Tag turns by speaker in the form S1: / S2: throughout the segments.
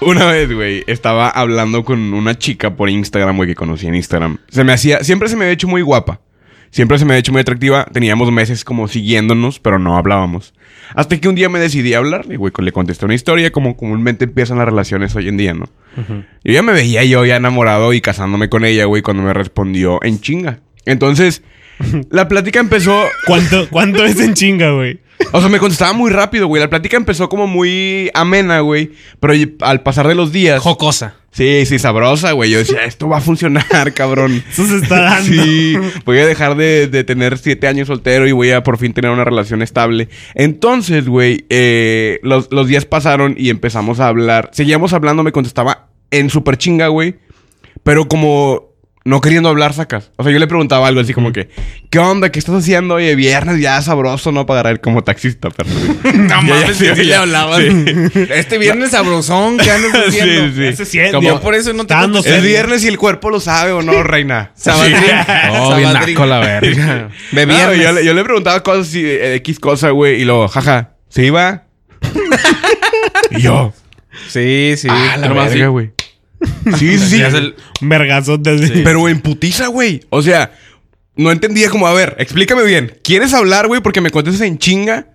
S1: Una vez, güey, estaba hablando con una chica por Instagram, güey, que conocí en Instagram. Se me hacía, siempre se me había hecho muy guapa. Siempre se me había hecho muy atractiva. Teníamos meses como siguiéndonos, pero no hablábamos. Hasta que un día me decidí a hablarle, güey, le contesté una historia, como comúnmente empiezan las relaciones hoy en día, ¿no? Yo ya me veía yo ya enamorado y casándome con ella, güey, cuando me respondió en chinga. Entonces, la plática empezó...
S2: ¿Cuánto, ¿Cuánto es en chinga, güey?
S1: O sea, me contestaba muy rápido, güey. La plática empezó como muy amena, güey. Pero y- al pasar de los días.
S3: Jocosa.
S1: Sí, sí, sabrosa, güey. Yo decía, esto va a funcionar, cabrón.
S2: Eso se está dando.
S1: Sí, voy a dejar de, de tener siete años soltero y voy a por fin tener una relación estable. Entonces, güey, eh, los, los días pasaron y empezamos a hablar. Seguíamos hablando, me contestaba en súper chinga, güey. Pero como no queriendo hablar, sacas. O sea, yo le preguntaba algo así como que, ¿qué onda? ¿Qué estás haciendo? Oye, viernes ya sabroso, ¿no? Para ir como taxista, perro.
S3: No mames, que sí le hablabas.
S1: Sí.
S3: Este viernes sabrosón, ¿qué andas haciendo?
S1: Sí, sí.
S2: Ese sí es,
S1: Como-
S3: Yo por eso no te
S2: Está dando
S3: contesto.
S1: Es viernes y el cuerpo lo sabe o no, reina.
S3: Sabatrín.
S4: Oh, bien
S3: Sabatrín.
S4: naco la verga.
S3: De
S1: No,
S3: viernes.
S1: yo, le, yo le preguntaba cosas así, eh, X cosa, güey, y luego, jaja, ¿se iba? y yo,
S3: Sí, sí.
S4: Ah, la
S1: nomás
S4: verga,
S1: sí.
S4: güey.
S1: sí, sí. sí.
S4: Ya es el-
S2: un vergazote así.
S1: Pero en putiza, güey. O sea, no entendía como, a ver, explícame bien. ¿Quieres hablar, güey, porque me contestas en chinga?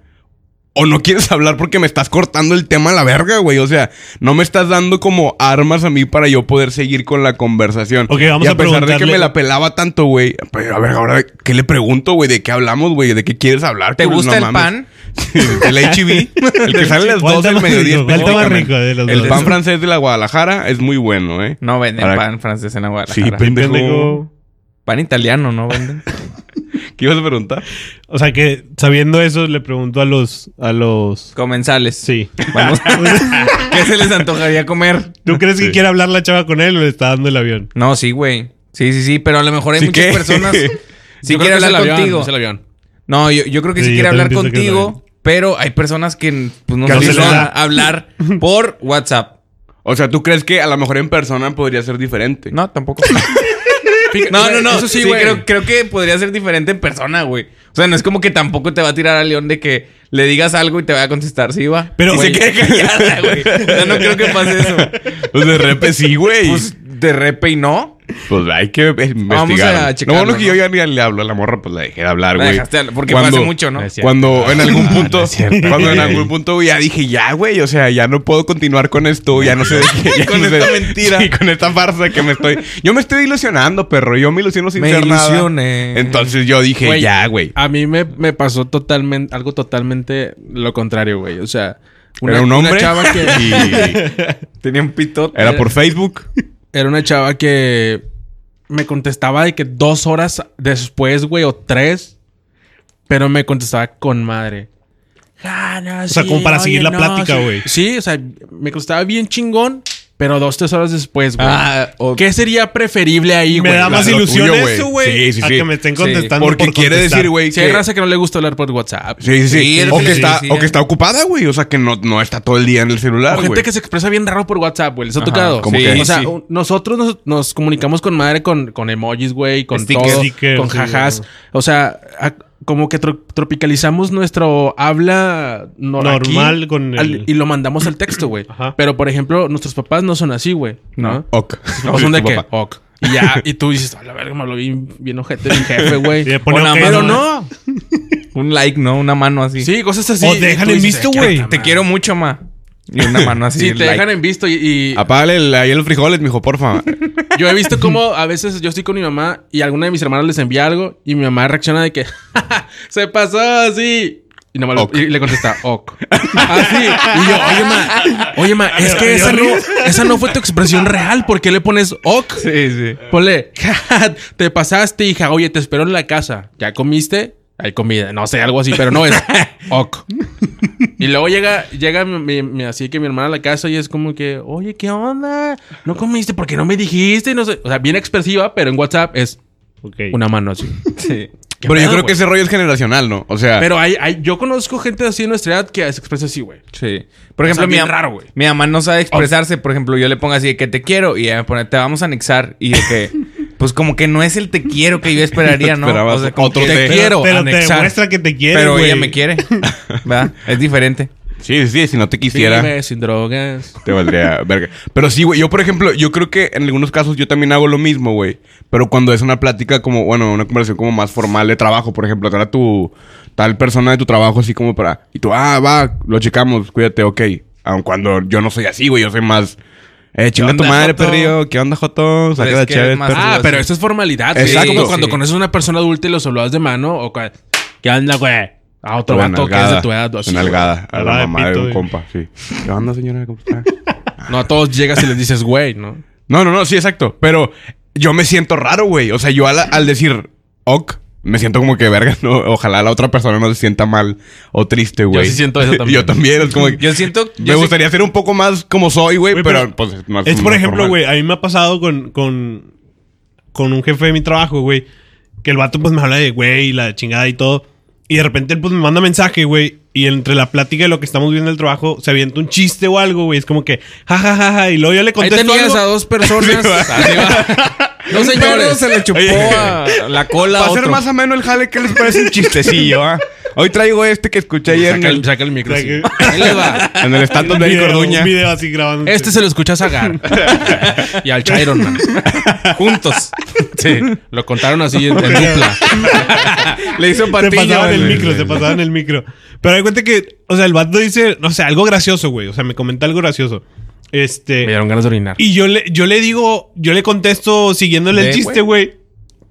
S1: ¿O no quieres hablar porque me estás cortando el tema a la verga, güey? O sea, no me estás dando como armas a mí para yo poder seguir con la conversación.
S2: Ok, vamos
S1: y a,
S2: a
S1: pesar de que
S2: preguntarle-
S1: me la pelaba tanto, güey. Pero a ver, ahora, ¿qué le pregunto, güey? ¿De qué hablamos, güey? ¿De qué quieres hablar?
S3: ¿Te
S1: culo?
S3: gusta
S1: Pues, No
S3: el
S1: mames.
S3: pan?
S1: El HB, el que sale a las
S2: ¿Cuál está
S1: 12 del
S2: más
S1: mediodía.
S2: rico? ¿Cuál está más
S1: específicamente.
S2: rico de los
S1: El
S2: dos?
S1: pan francés de la Guadalajara es muy bueno, ¿eh?
S3: No venden
S1: Ahora-
S3: pan francés en
S1: Sí,
S3: Guadalajara.
S1: pendejo.
S2: Pendejo.
S3: pan italiano, ¿no venden?
S1: ¿Qué ibas a preguntar?
S2: O sea que sabiendo eso le pregunto a los a los
S3: Comensales.
S2: sí.
S3: Vamos. ¿Qué se les antojaría comer?
S2: ¿Tú crees que
S1: Sí.
S2: quiere hablar la chava con él o le está dando el avión?
S3: No, sí, güey. Sí, sí, sí. Pero a lo mejor hay
S1: ¿Sí
S3: muchas
S1: qué?
S3: personas... Si
S4: Yo creo
S3: quiere
S4: que es el
S3: hablar
S4: avión,
S3: contigo.
S4: es el avión.
S3: No, yo, yo creo que sí,
S2: Sí,
S3: quiere
S2: yo
S3: hablar
S2: también pienso que
S3: contigo, pero hay personas que pues, no
S2: Que
S3: se
S2: no se
S3: les
S2: les
S3: da
S2: da.
S3: hablar por WhatsApp.
S1: O sea, ¿tú crees que a lo mejor en persona podría ser diferente?
S3: No, tampoco. no, no, no.
S4: Eso sí,
S3: sí,
S4: güey.
S3: creo, creo que podría ser diferente en persona, güey. O sea, no es como que tampoco te va a tirar a León de que le digas algo y te vaya a contestar, sí, va.
S2: Pero,
S3: y
S2: güey.
S3: se quede callada, güey. O sea, no creo que pase eso.
S1: Pues de repe sí, güey.
S3: Pues
S1: Pues,
S3: de repe y no.
S1: hay que investigar.
S3: a
S1: No,
S3: checarlo,
S1: bueno, que yo
S3: ¿no?
S1: ya ni le hablo a la morra, pues la dejé de hablar,
S3: La
S1: güey.
S3: dejaste hablar, porque fue
S1: cuando,
S3: hace mucho, ¿no?
S4: Es cierto.
S1: Cuando en algún punto,
S4: es cierto,
S1: cuando en
S4: güey.
S1: algún punto güey, ya dije, ya, güey, o sea, ya no puedo continuar con esto, ya no sé de qué. ya
S3: Con
S1: no sé-
S3: esta mentira.
S1: Sí, con esta farsa que me estoy. Yo me estoy ilusionando, perro. Yo me ilusiono sin
S3: Me
S1: ser nada.
S3: ilusioné.
S1: Entonces yo dije,
S4: Güey,
S1: ya, güey.
S4: A mí me, me pasó totalmente, algo totalmente lo contrario, güey. O sea,
S1: Era un hombre.
S4: Una chava que,
S1: Y
S3: Tenía un eh, pitote.
S1: era por Facebook.
S4: era una chava que me contestaba de que dos horas después, güey, o tres, pero me contestaba con madre. Ah, no, o
S2: sea, como para seguir la plática, güey.
S4: Sí, o sea, me contestaba bien chingón, pero dos, tres horas después, güey.
S3: Ah, o-
S4: ¿Qué sería preferible ahí,
S2: Me
S4: güey?
S2: da
S4: La-
S2: más
S1: lo
S2: ilusión
S1: tuyo, güey.
S2: eso, güey.
S1: Sí, sí,
S2: a
S1: sí.
S2: que me estén
S3: Sí.
S2: contestando.
S1: Porque
S2: por
S1: quiere
S2: contestar.
S1: decir, güey,
S4: Si hay
S1: que-
S4: raza que no le gusta hablar por WhatsApp.
S1: Sí, sí,
S3: Sí,
S1: sí.
S3: eres
S1: o,
S3: el
S1: que
S3: que
S1: está,
S3: sí,
S1: o
S3: eh.
S1: que está ocupada, güey. O sea, que no, no está todo el día en el celular,
S4: O gente
S1: güey.
S4: que se expresa bien raro por WhatsApp, güey. Les ha
S3: Ajá,
S4: tocado.
S1: ¿cómo
S4: Sí,
S1: que?
S4: o sea,
S3: sí.
S4: un- nosotros nos, nos comunicamos con madre con, con emojis, güey, con
S3: Stickers.
S4: todo,
S2: Stickers,
S4: con
S2: sí,
S4: jajas.
S2: güey.
S4: o sea, a- como que tro- tropicalizamos nuestro habla no- aquí
S2: Normal con
S4: al-
S2: el-
S4: y lo mandamos al texto, güey.
S2: Ajá.
S4: Pero por ejemplo, nuestros papás no son así, güey. No.
S1: Ok.
S4: No, son de
S1: Tu
S4: que
S1: papá.
S4: ok. Y ya, y tú dices, a la verga, me habló bien, bien ojete, mi jefe, güey.
S2: Y le pone
S4: O nada
S2: ok,
S4: más, Pero
S2: ¿no?
S4: no.
S3: Un like, ¿no? Una mano así.
S4: Sí, cosas así.
S2: O
S4: Y
S2: dejan
S4: tú
S2: en
S4: dices,
S2: visto,
S4: "Ay,
S2: güey.
S4: qué
S3: Te
S4: madre".
S3: quiero mucho, ma. Y una mano así.
S4: Sí, te
S3: el like.
S4: dejan en visto y- y
S1: Apágale el- ahí los frijoles, mijo, porfa.
S4: Yo he visto cómo a veces yo estoy con mi mamá y alguna de mis hermanas les envía algo y mi mamá reacciona de que "Ja, ja, se pasó así. Y, nomás le-
S1: Ok.
S4: y le contesta, ok. Así. Y yo, oye, ma, oye, ma, es que esa no, esa no fue tu expresión real. ¿Por qué le pones ok?
S3: Sí, sí.
S4: Ponle, "Ja, ja, te pasaste, hija. Oye, te espero en la casa. ¿Ya comiste? Hay comida. No sé, algo así, pero no es ok. Y luego llega, llega mi- mi- mi- así que mi hermana a la casa y es como que, oye, ¿qué onda? ¿No comiste? ¿Por qué no me dijiste? No sé. O sea, bien expresiva, pero en WhatsApp es
S2: Ok.
S4: una mano así.
S3: Sí.
S4: Qué
S1: Pero yo
S4: pedo,
S1: creo que
S4: güey.
S1: ese rollo es generacional, ¿no? O sea,
S4: Pero hay, hay, yo conozco gente así de nuestra edad que se expresa así, güey.
S3: Sí. Por ejemplo,
S4: sea,
S3: mi,
S4: bien
S3: am-
S4: raro, güey.
S3: mi mamá no sabe expresarse. Por ejemplo, yo le pongo así de que te quiero y ella me pone te vamos a anexar. Y de que pues como que no es el te quiero que yo esperaría, ¿no?
S1: Esperabas
S3: O sea, como
S1: otro
S3: que-
S4: te
S2: Pero-
S4: quiero
S2: Pero te
S4: anexar.
S2: demuestra que te quiere,
S3: Pero ella
S2: güey.
S3: me quiere, ¿verdad? Es diferente.
S1: Sí, sí, si no te quisiera,
S4: Vive sin drogas.
S1: te valdría verga. Pero sí, güey, yo por ejemplo, yo creo que en algunos casos yo también hago lo mismo, güey. Pero cuando es una plática como, bueno, una conversación como más formal de trabajo, por ejemplo, traer a tu tal persona de tu trabajo así como para... Y tú, ah, va, lo checamos, cuídate, ok. Aun cuando yo no soy así, güey, yo soy más... Eh, chinga tu
S3: onda,
S1: madre,
S3: Joto?
S1: perrillo. ¿Qué onda, Joto? Saca
S3: Pero
S1: la
S3: es que
S1: chévere,
S3: es más-
S1: perro.
S4: Ah,
S3: sí.
S4: pero eso es formalidad. güey.
S1: Exacto.
S4: Es como cuando
S3: Sí.
S4: conoces a una persona adulta y lo saludas de mano o cua- ¿Qué onda, güey? A otro
S1: Una
S4: vato que es de tu edad.
S1: nalgada,
S4: así,
S1: Una nalgada. A la
S2: Nalgada de
S1: mamá de
S2: pito,
S1: un
S2: güey.
S1: compa, sí. ¿Qué onda, señora? ¿Cómo está?
S4: güey. No a todos llegas y les dices, güey, ¿no?
S1: No, no, no, sí, exacto. Pero yo me siento raro, güey. O sea, yo al, al decir ok, me siento como que verga, no. Ojalá la otra persona no se sienta mal o triste, güey.
S4: sí siento eso también.
S1: yo también, es como que-
S3: Yo siento...
S1: me
S3: yo sí-
S1: gustaría ser un poco más como soy, güey,
S2: Güey,
S1: pero,
S2: pero
S1: pues más-
S2: Es por
S1: más
S2: ejemplo,
S1: formal.
S2: güey, a mí me ha pasado con, con, con un jefe de mi trabajo, güey, que el vato pues me habla de, güey, y la chingada y todo. Y de repente él pues me manda mensaje, güey, y entre la plática de lo que estamos viendo en el trabajo se avienta un chiste o algo, güey. Es como que, ja, ja, ja, ja", y luego yo le
S4: Ahí
S2: contesto
S4: tenías
S2: algo.
S4: a dos personas. Así va. No,
S3: Pero
S4: señores.
S3: se le chupó
S1: Oye.
S3: a la cola a
S1: Para hacer
S3: otro.
S1: más ameno el jale, ¿qué les parece un chistecillo, ah? Hoy traigo este que escuché ayer en
S4: Saca el,
S1: el,
S4: saca el micro.
S2: Saca-
S4: sí. Ahí les va.
S1: en el stand-up
S2: Un
S1: de Eric
S2: video,
S1: Orduña.
S2: Un video así grabando.
S4: Este se lo escuchas a Gar. y al Chiron Man. Juntos. Sí. Lo contaron así en, en dupla.
S3: Le hizo
S2: se
S3: patillo.
S2: pasaban el
S3: güey.
S2: micro, se pasaban el micro. Pero hay cuenta que, o sea, el vato dice, no sé, algo gracioso, güey. O sea, me comenta algo gracioso. Este.
S4: Me dieron ganas de orinar.
S2: Y yo le, yo le digo, yo le contesto siguiéndole
S3: Ve,
S2: el chiste, güey.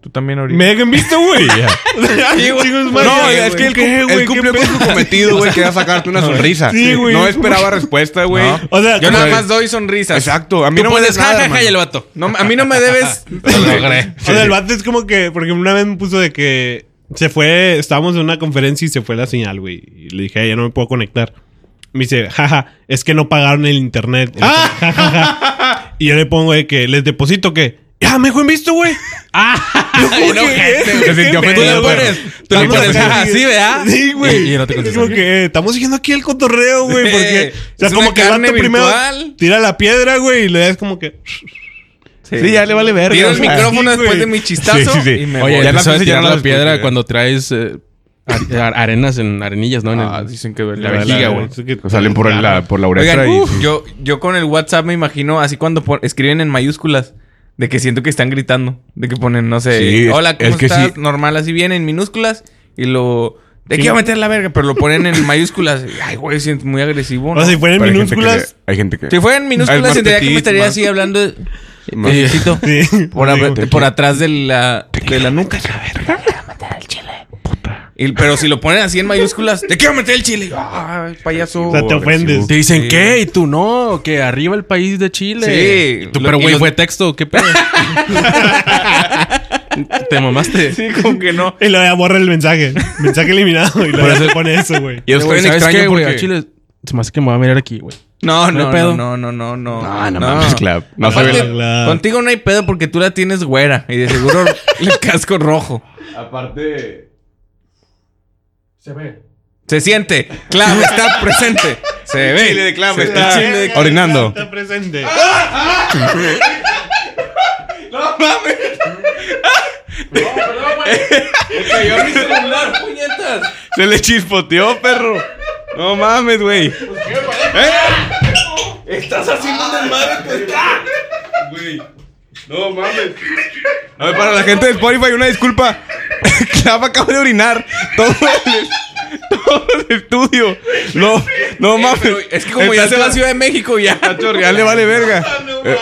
S3: Tú también ahorita.
S2: Me dejan visto, güey.
S3: Sí, güey.
S2: Chicos, madre,
S1: No,
S3: Oye,
S1: es que él,
S2: ¿qué,
S1: cum- él
S2: güey? ¿Qué
S1: cumplió con
S2: pedo?
S1: su cometido, güey, que era sacarte una sonrisa.
S2: Sí, güey.
S1: No esperaba respuesta, güey.
S3: No.
S2: O sea,
S3: Yo nada
S2: como-
S3: más doy sonrisas.
S1: Exacto. A mí
S4: Tú
S1: no me
S4: pones
S1: des nada,
S4: jajaja y el
S1: hermano.
S4: vato.
S3: No, a mí no me debes.
S4: Lo logré.
S2: O sea, el vato es como que, porque una vez me puso de que se fue, estábamos en una conferencia y se fue la señal, güey. Y le dije, "Ay, ya no me puedo conectar. Me dice, jaja, es que no pagaron el internet. Y, yo,
S1: Ah.
S2: "Ja, ja, ja". y yo le pongo de que les deposito que. Ya, me dejó en visto, güey.
S4: este,
S1: Se sintió ofendido,
S4: Tú le
S1: güey.
S4: pones- tú le
S1: Estamos
S4: pones,
S1: ofendidos.
S4: "Ajá, sí, ¿verdad?"
S2: Sí, güey.
S4: Y- y no te
S2: Es
S4: contestan.
S2: como que eh, estamos siguiendo aquí el cotorreo, güey. Porque,
S3: Eh,
S2: o sea,
S3: es
S2: como
S3: una
S2: que el
S3: carne
S2: vato primero
S3: virtual.
S2: tira la piedra, güey, y le das como que.
S1: Sí, ya le vale verga.
S3: Tiro
S1: o
S3: el
S1: sea.
S3: micrófono
S2: sí,
S3: después
S2: güey.
S3: de mi chistazo.
S1: Sí, sí, sí.
S3: Y me
S1: Oye,
S3: voy.
S1: ya
S4: Oye,
S1: la
S4: la
S1: puse, ya
S4: tirar
S1: no la
S4: la
S1: escuché.
S4: piedra cuando traes eh, ar- ar- arenas en arenillas, ¿no? En el-
S3: Ah, dicen que duele
S4: la vejiga, güey.
S2: Es que-
S1: Salen por, el- la, por la uretra
S3: Oigan,
S1: y...
S3: uf, yo, yo con el WhatsApp me imagino así cuando pon- escriben en mayúsculas. De que siento que están gritando. De que ponen, no sé.
S1: Sí, es-
S3: Hola, ¿cómo
S1: es que
S3: estás?
S1: sí.
S3: Normal, así viene en minúsculas. Y lo... Te
S2: Sí.
S3: quiero meter la verga. Pero lo ponen en mayúsculas. Ay, güey, siento muy agresivo. ¿no?
S2: O sea, si
S3: si
S2: fuera en
S1: Pero hay gente que
S2: minúsculas.
S1: le- Hay gente que...
S3: fuera en
S1: Ah, es
S3: minúsculas,
S1: más
S3: sentiría que me
S1: petit,
S3: estaría
S1: más-
S3: así hablando... de-
S1: Más-
S3: Pechito.
S2: Sí.
S3: Por,
S2: Sí,
S3: ab-
S2: güey.
S3: por atrás de la, de la nuca. Y- pero si lo ponen así en mayúsculas, te quiero meter el chile. Y yo, Ay, payaso.
S2: O sea,
S4: Oh,
S2: te ofendes.
S4: Te dicen,
S3: Sí.
S4: ¿qué? Y tú, no, que arriba el país de Chile.
S3: Sí.
S4: Y tú,
S3: Lo-
S4: pero,
S3: y
S4: güey,
S3: los-
S4: fue texto, ¿qué pedo? Te mamaste.
S3: Sí, como que no.
S2: Y luego ya borra el mensaje. Mensaje eliminado. Y luego se pone eso, güey.
S1: Y es
S4: Oye, güey,
S1: bien
S4: ¿sabes
S1: extraño
S4: qué, güey?
S1: porque-
S4: A Chile se me hace que me va a mirar aquí, güey.
S3: No,
S4: No hay
S3: no, no,
S4: pedo.
S3: no, no, no, no.
S1: Ah, no mames, claro. No
S3: Aparte,
S1: sabe...
S2: Claro.
S3: Contigo no hay pedo porque tú la tienes güera y de seguro el casco rojo.
S1: Aparte...
S4: Se ve.
S3: Se siente. Clavo está presente. Se ve.
S1: Chile de clavo
S3: Se-
S1: está
S3: el chile de-
S1: orinando.
S2: Está presente.
S4: Ah.
S1: Se le chispoteó, perro. No mames, güey. ¿Eh? Estás
S3: pues,
S1: haciendo un desmadre, Güey. No mames. A ver, para la gente de Spotify, una disculpa. Clava acaba de orinar todo el, todo el estudio. No, no
S3: Eh,
S1: mames.
S3: pero Es que como ya se va a Ciudad de México ya.
S1: Nacho Real le vale verga. Eh,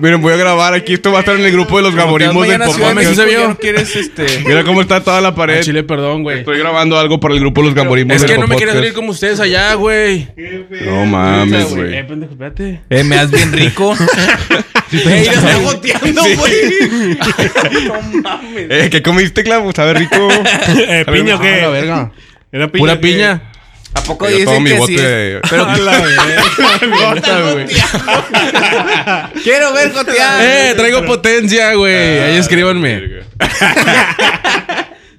S1: miren, voy a grabar aquí. Esto va a estar en el grupo de los gaborismos
S3: Mañana
S1: del
S3: Ciudad de
S1: Popó.
S4: Mames, sí se
S3: México, ya
S4: vio.
S3: no quieres este.
S1: Mira cómo está toda la pared.
S4: A Chile, perdón, güey.
S1: Estoy grabando algo para el grupo de los gaborismos
S4: Es
S1: del
S4: que no me
S1: Popodcast.
S4: quieres venir como ustedes allá, güey.
S1: No mames,
S4: Eh,
S1: güey.
S4: pendejo, espérate.
S3: Eh, me das bien rico. Ey, ya está goteando, güey.
S1: Eh, ¿Qué comiste, Clavo? Sabe rico.
S2: Eh, ¿Piña o
S4: Ah, la
S2: qué?
S4: verga.
S2: Era piña.
S4: Pura
S2: que-
S4: piña.
S3: ¿A poco
S1: Yo tomo
S3: dicen
S1: mi
S3: que
S1: bote
S3: sí?
S1: de-
S3: Pero
S2: A la verga.
S1: Neta, güey.
S3: quiero ver Ah, gotear.
S4: Eh, traigo potencia, güey. Ahí escríbanme.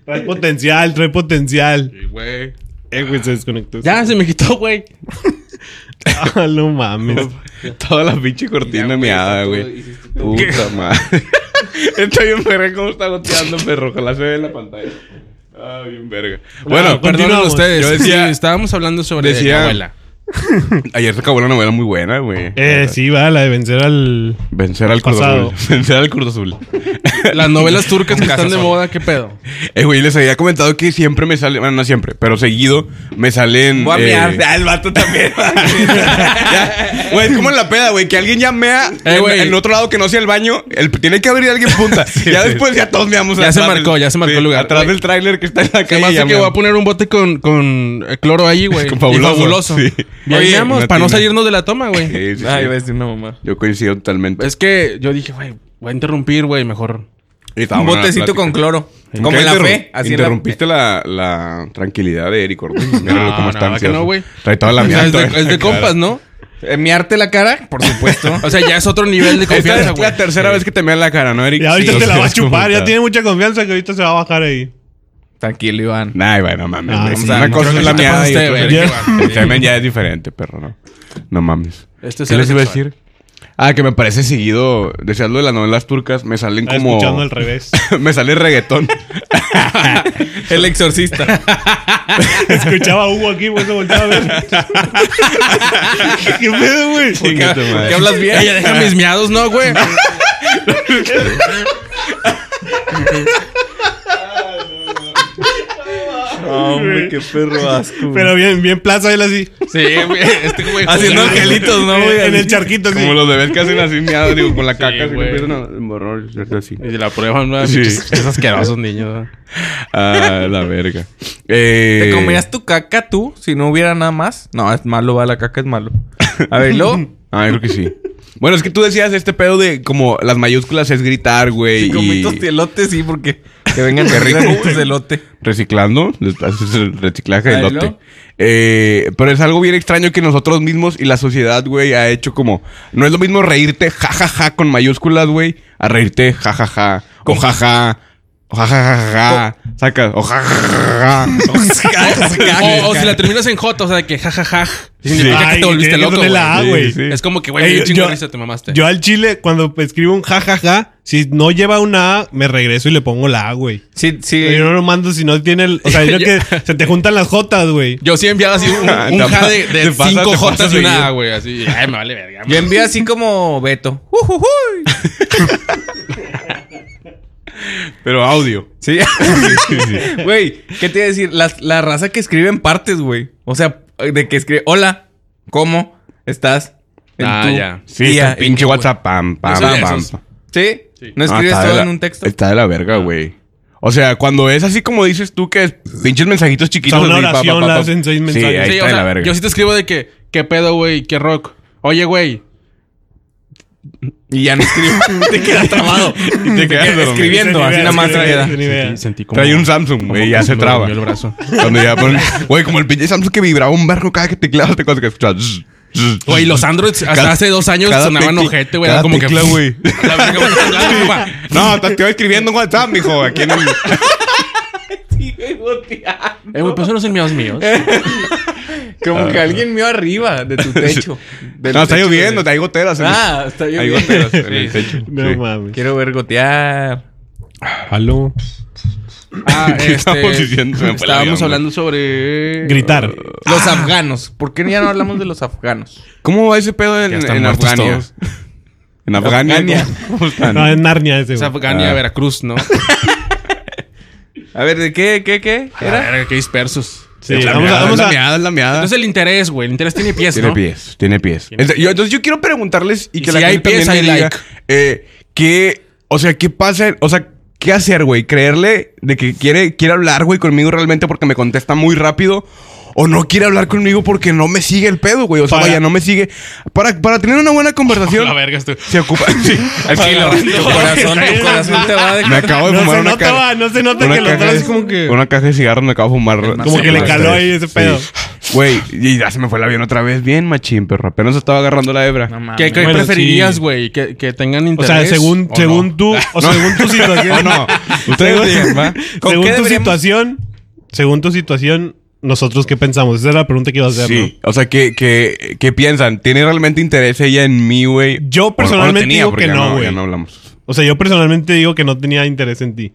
S2: Trae potencial, trae potencial.
S4: Güey.
S2: Eh, güey, se desconectó.
S4: Ya se me quitó, güey.
S2: Ah, no mames.
S1: Toda la pinche cortina meada, güey. Puta madre. Está bien verga cómo está goteando, perro. Ojalá se ve en la pantalla. Ah, bien verga.
S2: No,
S1: Bueno,
S2: con-
S4: Perdonen
S2: Continuamos.
S4: ustedes.
S1: Yo decía-
S4: sí, estábamos hablando sobre
S1: decía-
S4: la abuela.
S1: ayer se acabó una novela muy buena, güey.
S2: Eh, sí, va, la de vencer al.
S1: Vencer al Cruz
S2: Pasado.
S1: Azul. Vencer al Cruz Azul.
S4: Las novelas turcas que
S3: Casa
S4: están de
S3: Sol.
S4: moda, ¿qué pedo?
S1: Eh, güey, les había comentado que siempre me sale, bueno, no siempre, pero seguido me salen.
S3: Voy a
S1: eh,
S3: mear. Ah, el vato también.
S1: Ya, Güey, es como en la peda, güey, que alguien ya mea
S4: Eh,
S1: en,
S4: güey.
S1: en otro lado que no sea el baño. El, tiene que abrir alguien punta. ya
S2: sí.
S1: después ya todos meamos.
S4: Ya se
S1: atrás
S4: marcó,
S1: del-
S4: ya se marcó el lugar.
S1: Atrás
S4: Güey.
S1: del tráiler que está en la
S4: Que
S1: calle.
S4: más
S1: ya
S4: que voy a
S1: meamos.
S4: poner un bote con, con eh, cloro ahí, güey.
S1: Con
S4: Y
S1: fabuloso,
S4: fabuloso.
S1: sí.
S4: Y ahí
S1: Oye,
S4: vamos,
S1: una
S4: para no
S1: tina.
S4: salirnos de la toma, güey.
S1: Sí, sí,
S3: Ay,
S1: sí.
S3: voy a decir una mamá.
S1: Yo coincido totalmente.
S4: Es que yo dije, güey, voy a interrumpir, güey, mejor.
S1: Y estaba
S3: Un
S1: buena la
S3: botecito
S1: plática.
S3: con cloro.
S1: Nunca
S3: Como en la
S1: interrum-
S3: fe. Así en la-
S1: Interrumpiste la, la tranquilidad de Eric Ortiz. Míralo
S4: No,
S1: cómo
S4: no,
S1: está
S4: ¿verdad que
S1: ansioso.
S4: no, güey?
S1: Trae toda la Em,
S4: O sea,
S1: mierda.
S4: es de, es de compas, ¿no?
S3: Eh, Mearte la cara, por supuesto.
S4: O sea, ya es otro nivel de
S1: Esta
S4: confianza,
S1: es
S4: güey.
S1: la tercera vez que te mean la cara, ¿no, Eric?
S2: Y ahorita
S1: Sí.
S2: te la va a
S1: Es como
S2: chupar. Ya
S1: está.
S2: tiene mucha confianza que ahorita se va a bajar ahí.
S3: Tranquilo, Iván.
S1: Ay, bueno, mames.
S2: Ah,
S1: güey.
S2: sí,
S1: Una
S3: no
S1: cosa es
S4: creo que
S1: la
S4: sí te
S1: mierda y
S4: pasaste,
S1: otra
S4: güey.
S1: es el-
S2: Ya.
S1: El semen ya es diferente, perro, ¿no? No mames.
S4: Este es
S1: ¿Qué les iba a
S4: heterosexual.
S1: decir? Ah, que me parece seguido, deseando de las novelas turcas, me salen
S2: Está
S1: como...
S2: Ah, escuchando al revés.
S1: me sale reggaetón.
S3: El exorcista.
S2: Escuchaba a Hugo aquí, por eso volteaba a ver. ¿Qué pedo, güey?
S1: Chinga tu madre.
S3: ¿Qué hablas bien?
S4: Ey, ya deja mis miados, ¿no, güey?
S2: hombre, qué
S3: perro asco.
S2: Pero bien, bien plaza él así.
S4: Sí, güey. Este güey.
S3: Haciendo
S4: jugando.
S3: angelitos, ¿no, güey?
S2: en el charquito, así.
S1: Como los bebés que hacen así, miado, digo, con la caca. así,
S4: güey.
S1: empiezan a emborrar, así.
S4: Y la prueban, ¿no?
S1: Sí.
S4: Pinches- Es asquerosos
S3: Eh.
S4: niños. ¿no?
S1: Ah, la verga. Eh,
S3: ¿Te comerías tu caca tú si no hubiera nada más? No, es malo, va, la caca es malo. A ver, luego.
S1: Ah, creo que sí. Bueno, es que tú decías este pedo de como las mayúsculas es gritar, güey.
S3: Si comí
S1: y-
S3: tus elotes, sí, porque que vengan de rico tus elote.
S1: Reciclando, les haces el reciclaje
S3: Ahí
S1: del
S3: lo.
S1: lote. Eh, pero es algo bien extraño que nosotros mismos y la sociedad, güey, ha hecho como. No es lo mismo reírte jajaja con mayúsculas, güey, a reírte jajaja. o jaja. O jajajaja. Sacas. O jajajaja.
S4: O, o si la terminas en J, o sea, de que jajaja. Significa
S2: Ay,
S4: que te volviste
S2: tiene que
S4: loco.
S2: poner la A,
S4: güey.
S1: Sí,
S2: güey.
S1: sí.
S4: Es como que,
S2: Ey,
S4: güey, qué
S2: yo-
S4: chingo risa te mamaste.
S2: Yo al chile, cuando escribo un jajaja, si no lleva una A, me regreso y le pongo la A, güey.
S3: Sí,
S2: Pero
S3: sí.
S2: Yo no lo mando si no tiene el. O sea, yo creo que se te juntan las Jotas, güey.
S4: Yo sí enviaba así un, un
S1: Te
S4: ja de,
S1: pasa- te
S4: de
S1: pasa-
S4: cinco
S1: te pasa
S4: Jotas y una
S1: seguido.
S4: A, güey. Así, ay, me vale verga.
S3: Yo envío así como Beto. Ujujuy.
S1: Pero audio.
S3: Sí. Güey, ¿qué te iba a decir? La, la raza que escribe en partes, güey. O sea, de que escribe, hola, ¿cómo estás? En
S4: Ah,
S3: tu
S4: ya.
S1: Sí,
S3: día,
S1: está el pinche
S3: en-
S1: WhatsApp. Pam, pam,
S4: Eso ya,
S1: pam, pam.
S4: esos-
S3: ¿Sí?
S4: Sí.
S3: ¿No escribes
S1: Ah, está de
S3: todo
S1: la-
S3: en un texto?
S1: Está de la verga,
S4: Ah.
S1: güey. O sea, cuando es así como dices tú que es pinches mensajitos chiquitos.
S2: O sea, una
S1: así, pa, pa,
S2: oración
S1: pa,
S2: la
S1: pa.
S2: hacen seis
S1: Sí,
S2: mensajes.
S1: ahí
S4: Sí,
S1: está
S4: o
S1: de la
S4: sea,
S1: verga.
S4: yo sí te escribo de que, qué pedo, güey, qué rock. Oye, güey.
S3: Y ya no escribo. te quedas trabado.
S1: Y te quedas dormido.
S3: escribiendo, así nada más traída.
S2: Ni idea.
S4: Sentí
S1: Trae un Samsung,
S4: como
S1: güey, ya
S4: que
S1: se
S4: me
S1: traba.
S4: durmió el brazo.
S1: Cuando ya ponen- Güey, como el pinche Samsung que vibraba un barco cada que tecleabas, te acuerdas que escuchabas.
S4: Güey, los Androids hasta
S1: Cada-
S4: hace dos años
S1: cada
S4: sonaban
S1: tecla-
S4: ojete, güey.
S1: cada
S4: era Como que.
S1: tecla, güey.
S4: La verga, güey, la verga.
S1: No, te te iba escribiendo en WhatsApp, mijo. Aquí en el...
S4: Eh, güey, pues son los enviados míos.
S3: Como que alguien mío arriba de tu techo. Del
S1: Ah. No, está
S3: techo
S1: lloviendo,
S3: de-
S1: hay goteras. en el-
S3: Ah, está
S1: Hay
S3: lloviendo.
S1: goteras en el
S3: Sí.
S1: techo.
S2: No
S1: sí.
S2: mames.
S3: Quiero ver gotear.
S2: Aló.
S4: Ah,
S1: ¿Qué
S4: este,
S1: estábamos diciendo? Se me fue el avión,
S4: Estábamos
S1: güey.
S4: hablando sobre.
S2: Gritar.
S3: Los afganos. ¿Por qué ya no hablamos de los afganos?
S1: ¿Cómo va ese pedo en,
S4: Ya están
S1: en
S4: muertos
S1: Afgania?
S4: todos.
S1: En Afgania.
S3: Afgania.
S1: ¿Cómo están?
S2: No, es Narnia ese,
S4: Es
S2: güey.
S4: Afgania,
S1: Ah.
S4: Veracruz, ¿no?
S3: A ver, ¿de qué, qué, qué?
S4: Era.
S3: ¿Era?
S4: qué dispersos.
S2: Sí,
S1: Es la
S2: vamos a.
S1: meada,
S2: Vamos
S1: es la
S2: a
S1: meada, es la meada.
S4: Entonces el interés, güey. El interés tiene pies,
S1: Tiene
S4: ¿no?
S1: pies, tiene pies. Entonces yo, entonces yo quiero preguntarles y
S4: Y
S1: que
S4: si
S1: la
S4: hay
S1: gente
S4: pies,
S1: también
S4: hay
S1: me diga,
S4: like.
S1: eh, ¿qué, o sea, qué pasa? O sea, ¿qué hacer, güey? ¿Creerle de que quiere, quiere hablar, güey, conmigo realmente porque me contesta muy rápido? ¿O no quiere hablar conmigo porque no me sigue el pedo, güey? O sea,
S2: Para-
S1: vaya, no me sigue. Para, para tener una buena conversación,
S4: La verga, estoy.
S1: se ocupa... Sí, al chile.
S3: Tranquilo, tu corazón, tu corazón te va a
S1: Me
S3: dejar.
S1: acabo de
S2: No
S1: fumar
S2: se
S1: una
S2: nota,
S1: caja-
S2: va, no se nota
S1: una
S2: que lo
S1: caja
S2: traes
S1: de-
S2: como que-
S1: Una caja de cigarros me acabo de fumar.
S3: más
S2: Como que le
S1: Sí,
S2: caló
S1: sí.
S2: ahí ese pedo.
S1: Güey, y ya se me fue el avión otra vez. Bien, machín, perro. Apenas estaba agarrando la hebra.
S3: No mames.
S4: ¿Qué, qué
S2: Bueno,
S4: preferirías,
S2: sí.
S4: güey? ¿Que, que tengan
S2: O
S4: interés.
S2: sea, según,
S4: o
S2: según
S4: no?
S2: tú, o según tu situación.
S1: Ah, No, no. Ustedes digan, ¿va?
S3: ¿Con
S2: según
S3: qué
S2: tu
S3: deberíamos-
S2: situación, según tu situación, nosotros qué pensamos. Esa era la pregunta que iba a hacer.
S1: Sí. O sea, ¿qué, qué, qué piensan? ¿Tiene realmente interés ella en mí, güey?
S2: Yo
S1: O- o no
S2: personalmente
S1: tenía,
S2: digo
S1: porque
S2: que
S1: ya
S2: no, güey.
S1: ya no hablamos.
S2: ¿no? O sea, yo personalmente digo que no tenía interés en ti.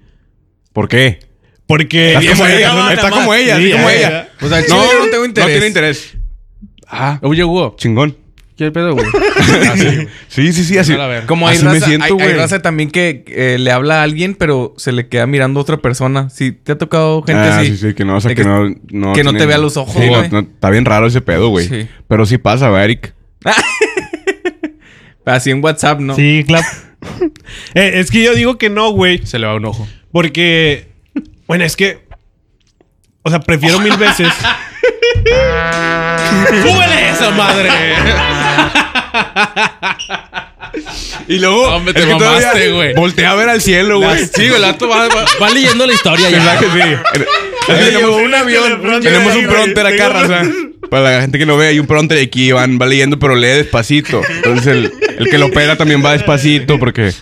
S1: ¿Por qué?
S2: Porque.
S1: Está como
S3: esa
S1: ella,
S3: llegaba
S1: está
S3: nada
S1: como
S3: más.
S1: ella,
S2: Sí,
S1: así como
S2: ya,
S1: ella.
S3: O sea,
S1: No,
S3: no, no tengo interés.
S1: No tiene interés.
S4: Ah. Oye, Hugo,
S1: Chingón.
S4: ¿qué pedo, güey?
S1: Sí, sí, sí, así.
S4: A la verga.
S3: Como hay
S1: así
S3: raza,
S1: me siento,
S3: hay- hay,
S1: güey.
S3: raza también que eh, le habla a alguien, pero se le queda mirando a otra persona. Sí, te ha tocado gente
S1: Ah,
S3: así.
S1: sí, sí, que no, o sea,
S3: de
S1: que,
S3: que-
S1: no, no.
S3: que no te
S1: tienen-
S3: vea los ojos,
S1: Sí, no,
S3: güey.
S1: no, está bien raro ese pedo, güey.
S3: Sí.
S1: Pero sí pasa, va, Eric.
S3: Así en WhatsApp, ¿no?
S2: Sí, claro. Eh, es que yo digo que no, güey.
S4: Se le va un ojo.
S2: Porque. Bueno, es que. O sea, prefiero mil veces.
S4: ¡Súbele esa madre!
S1: Y luego.
S4: Hombre, te
S1: es que
S4: mamaste,
S1: todavía
S4: güey.
S1: Voltea a ver al cielo, güey.
S4: Sí, güey, el vato va, va- va leyendo la historia
S1: ¿Verdad
S2: Ah,
S4: ya.
S1: que sí? Es que tenemos un avión. Tenemos un pronter acá, raza. Para la gente que no ve, hay un pronter y aquí van, va leyendo, pero lee despacito. Entonces el, el que lo opera también va despacito porque.